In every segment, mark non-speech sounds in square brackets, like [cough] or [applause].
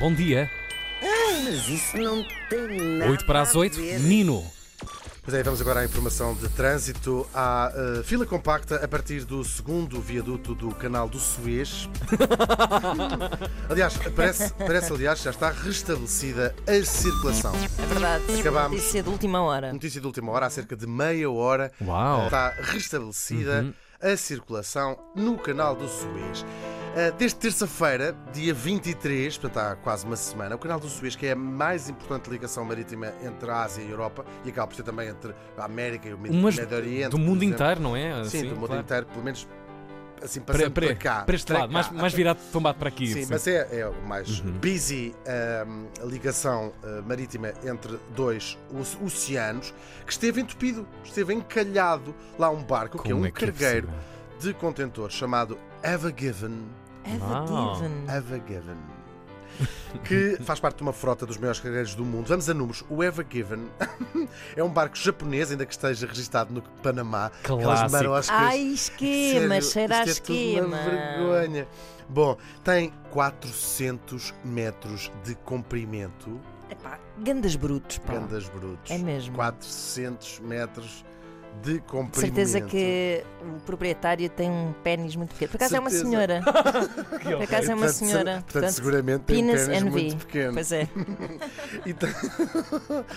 Bom dia. Mas isso não tem nada. 8 para as 8, a ver. Nino. Mas aí é, vamos agora à informação de trânsito. Há eh, fila compacta a partir do segundo viaduto do canal [laughs] do Suez. aliás, parece, parece, aliás, já está restabelecida a circulação. É verdade. Acabámos. Notícia de última hora. Notícia de última hora, há cerca de meia hora, Uau. Uhum. está restabelecida a circulação no canal do Suez. Eh, Desde terça-feira, dia 23, portanto há quase uma semana, o canal do Suez, que é a mais importante ligação marítima entre a Ásia e a Europa, e acaba por ser também entre a América e o Med- Umas Médio Oriente. do por mundo exemplo. inteiro, não é? Sim, Assim, do mundo claro. inteiro, pelo menos assim, Para, passando para, para cá. para este para lado, mais, cá. mais virado, tombado para aqui. Sim, assim. mas é, é o mais Uhum. busy ahm, a ligação ah, marítima entre dois oce- oceanos que esteve entupido, esteve encalhado lá um barco que é Como um é que é cargueiro possível? de contentores chamado Eva Given. Uau. Eva Given. Eva [laughs] Given. Que faz parte de uma frota dos maiores cargueiros do mundo. Vamos a números. O Eva Given [laughs] é um barco japonês, ainda que esteja registado no Panamá. Aquelas Clássico. maroscas. Ai, esquema, Sério, cheira a isto é tudo esquema. uma vergonha. Bom, tem 400 metros de comprimento. Epá, gandas brutos, pá. Gandas brutos. É mesmo. 400 metros de comprimento. De certeza que o proprietário tem um pênis muito pequeno. Por acaso é uma Certeza. [laughs] senhora. Por acaso é uma Portanto, se- senhora. Portanto, seguramente tem um penis pênis and muito V. pequeno. Pois é. E tem- [laughs]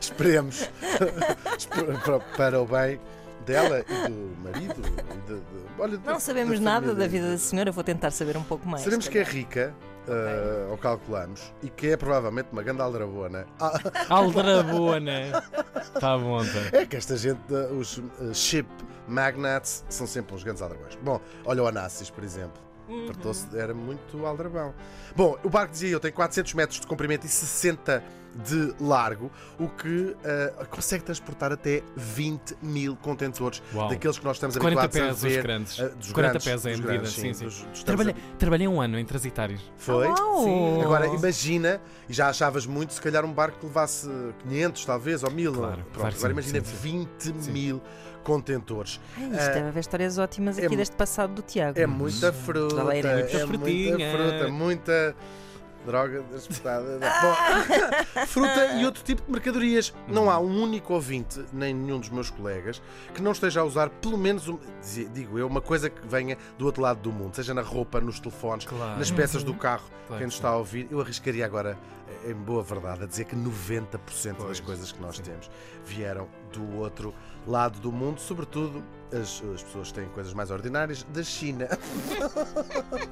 Esperemos [laughs] Espe- para- para o bem dela e do marido. e de- de- olha, da- né? Não sabemos nada da vida da senhora, vou tentar saber um pouco mais. Sabemos que é calhar. rica, eh, ou calculamos, e que é provavelmente uma grande aldrabona. Ah, [laughs] é Aldrabona. Está bom, tá. é que esta gente, eh, os eh, chip magnates, são sempre uns grandes aldrabões. Bom, olha o Anassis, por exemplo. Tratou-se- Era muito aldrabão. Bom, o barco dizia eu, tem 400 metros de comprimento e 60 de largo, o que eh, consegue transportar até 20 mil contentores Uau. daqueles que nós estamos 40 habituados pés, a os ver. grandes. eh, 40 dos grandes, pés é a dos medida, grandes, sim, sim. dos- dos- Trabalhei, trabalhei um ano em transitários. Foi? Uau! Sim. Agora imagina, e já achavas muito, se calhar um barco que levasse 500 talvez ou 1000. Claro, Pronto, claro que agora sim, imagina sim, sim. 20 mil contentores. Ai, isto deve haver histórias ótimas é aqui mu- deste passado do Tiago. É muita fruta, Galera, é muita é muita frutinha. fruta, muita droga despertada. Ah! Bom, fruta e outro tipo de mercadorias. Não há um único ouvinte, nem nenhum dos meus colegas, que não esteja a usar pelo menos, um- dizia- digo eu, uma coisa que venha do outro lado do mundo, seja na roupa, nos telefones, Claro. Uhum. nas peças do carro. Claro Quem que nos sim. está a ouvir, eu arriscaria agora, em boa verdade, a dizer que 90% das Pois, coisas que nós sim. temos vieram do outro lado do mundo, sobretudo as, as pessoas que têm coisas mais ordinárias [laughs] da China.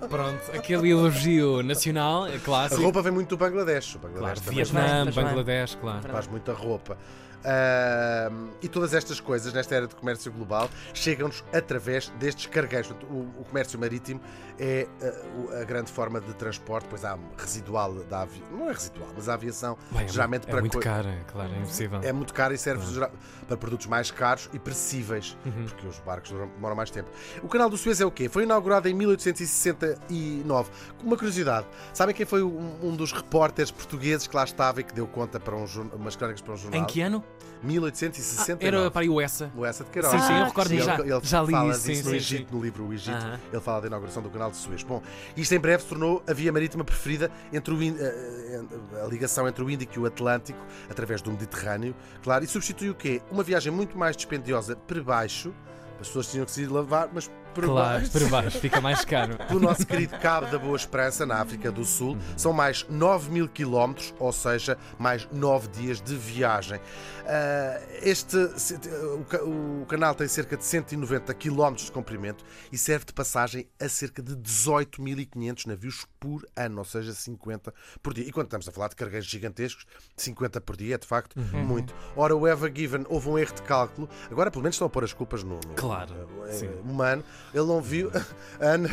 Pronto, aquele elogio nacional, é A clássico. roupa vem muito do Bangladesh. O Claro, Bangladesh também é. Vietnã, Pois bem, pois bem. Bangladesh, claro. faz muita roupa. Ahm, e todas estas coisas, nesta era de comércio global, chegam-nos através destes cargueiros. Portanto, O, o comércio marítimo é ah, o- a grande forma de transporte, pois há residual da aviação. Não é residual, mas a aviação Bem, é mu- geralmente é para muito coi- cara, claro, é impossível. É muito caro e serve Ah. geral- para produtos mais caros e perecíveis, Uhum. porque os barcos duram- demoram mais tempo. O canal do Suez é o quê? Foi inaugurado em 1869. Com Uma curiosidade, sabem quem foi um, um dos repórteres portugueses que lá estava e que deu conta para um, jorn- umas crónicas para um jornal? Em que ano? Ah, 1869. era para a Uessa. O Essa de Queiroz. Sim, sim, eu Ah, recordo-me, sim. já- Ele, ele já li fala isso, disso sim, no sim, Egito, no livro O Egito. Aham. Ele fala da inauguração do canal de Suez. Bom, isto em breve se tornou a via marítima preferida entre o, Ín- eh, eh, a ligação entre o Índico e o Atlântico, através do Mediterrâneo, claro, e substitui o quê? Uma viagem muito mais dispendiosa para baixo, as pessoas tinham que se ir lavar, mas para Claro, baixo para baixo, fica mais caro. do nosso querido Cabo da Boa Esperança, na África do Sul, são mais 9 mil quilómetros, ou seja, mais 9 dias de viagem. Ah, este, se- o, ca- o canal tem cerca de 190 quilómetros de comprimento e serve de passagem a cerca de 18.500 navios por ano, ou seja, 50 por dia. E quando estamos a falar de cargueiros gigantescos, 50 por dia é de facto muito. Ora, o Eva Given houve um erro de cálculo, agora pelo menos estão a pôr as culpas no. no- Claro, [laughs] eh, sim. humano, ele não viu. [laughs] Ana,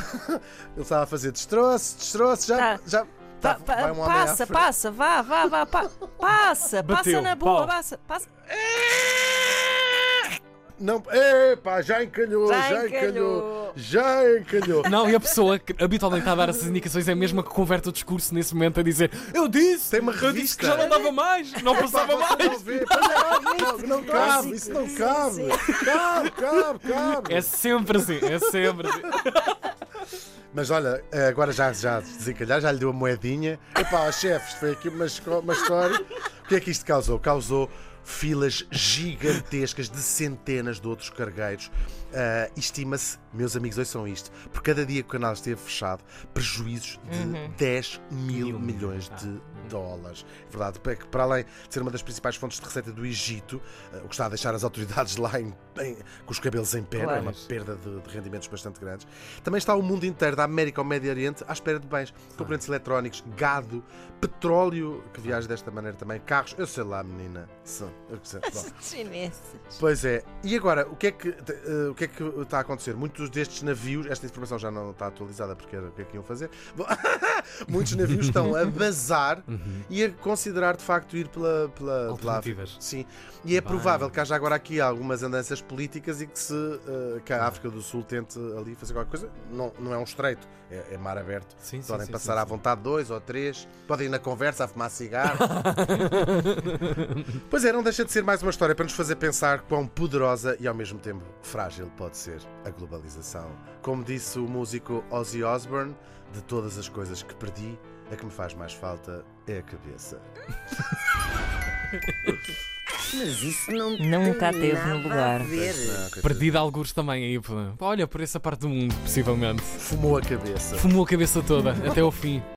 ele estava a fazer destroço, destroço, já. Tá. já Pa- tá, pa- vai um homem à passa, frente. passa, vá, vá, vá, [laughs] pa- passa, Bateu, passa na pau. boa, passa, passa. [laughs] Não, epá, já encalhou, Já já, encalhou, encalhou. já encalhou. Não, e a pessoa que habitualmente está a dar essas indicações é a mesma que converte o discurso nesse momento a dizer Eu disse! Tem uma eu disse que revista." já não dava mais! [laughs] Não passava Epá, você não mais! vê, pois é, Não, não, não cabe, isso não cabe. Cabe, cabe, cabe. [laughs] É sempre assim, é sempre assim. Mas olha, eh, agora já, já desencalhar, já lhe deu a moedinha. Epá, [laughs] chefe, isto foi aqui uma, esco- uma história. O que é que isto causou? Causou filas gigantescas de centenas de outros cargueiros. Ah, Estima-se, meus amigos, ouçam isto, por cada dia que o canal esteve fechado, prejuízos de 10 Uhum. mil Mil milhões tá. de dólares. É verdade, para, que, para além de ser uma das principais fontes de receita do Egito, ah, o que está a deixar as autoridades lá em- em- com os cabelos em pé, Claro. é uma perda de, de rendimentos bastante grandes. Também está o mundo inteiro, da América ao Médio Oriente, à espera de bens, componentes eletrónicos, gado, petróleo, que viaja desta maneira também, carros, eu sei lá, menina. Sim, eu que sei. Bom, Chineses. pois é, e agora, o que é que, te- eh, o que, é que está a acontecer? Muitos destes navios, esta informação já não está atualizada porque era o que é que iam fazer, [laughs] Bom, muitos navios estão a bazar e a considerar de facto ir pela. pela pela África. Alternativas. Sim, e é provável que haja agora aqui algumas andanças políticas e que, se, eh, que a África do Sul tente ali fazer qualquer coisa. Não, não é um estreito, é, é mar aberto. Sim, sim, Podem sim, passar sim, à sim. vontade dois ou três, podem ir na conversa a [laughs] fumar cigarro. pois é, não deixa de ser mais uma história para nos fazer pensar quão poderosa e ao mesmo tempo frágil pode ser a globalização. Como disse o músico Ozzy Osbourne, de todas as coisas que perdi, a que me faz mais falta é a cabeça. Mas isso não Nunca tem teve nada no lugar. A ver. Ah, coitado. Perdido alguns também aí. pô. Olha, por essa parte do mundo, possivelmente. Fumou a cabeça. Fumou a cabeça toda, até ao fim.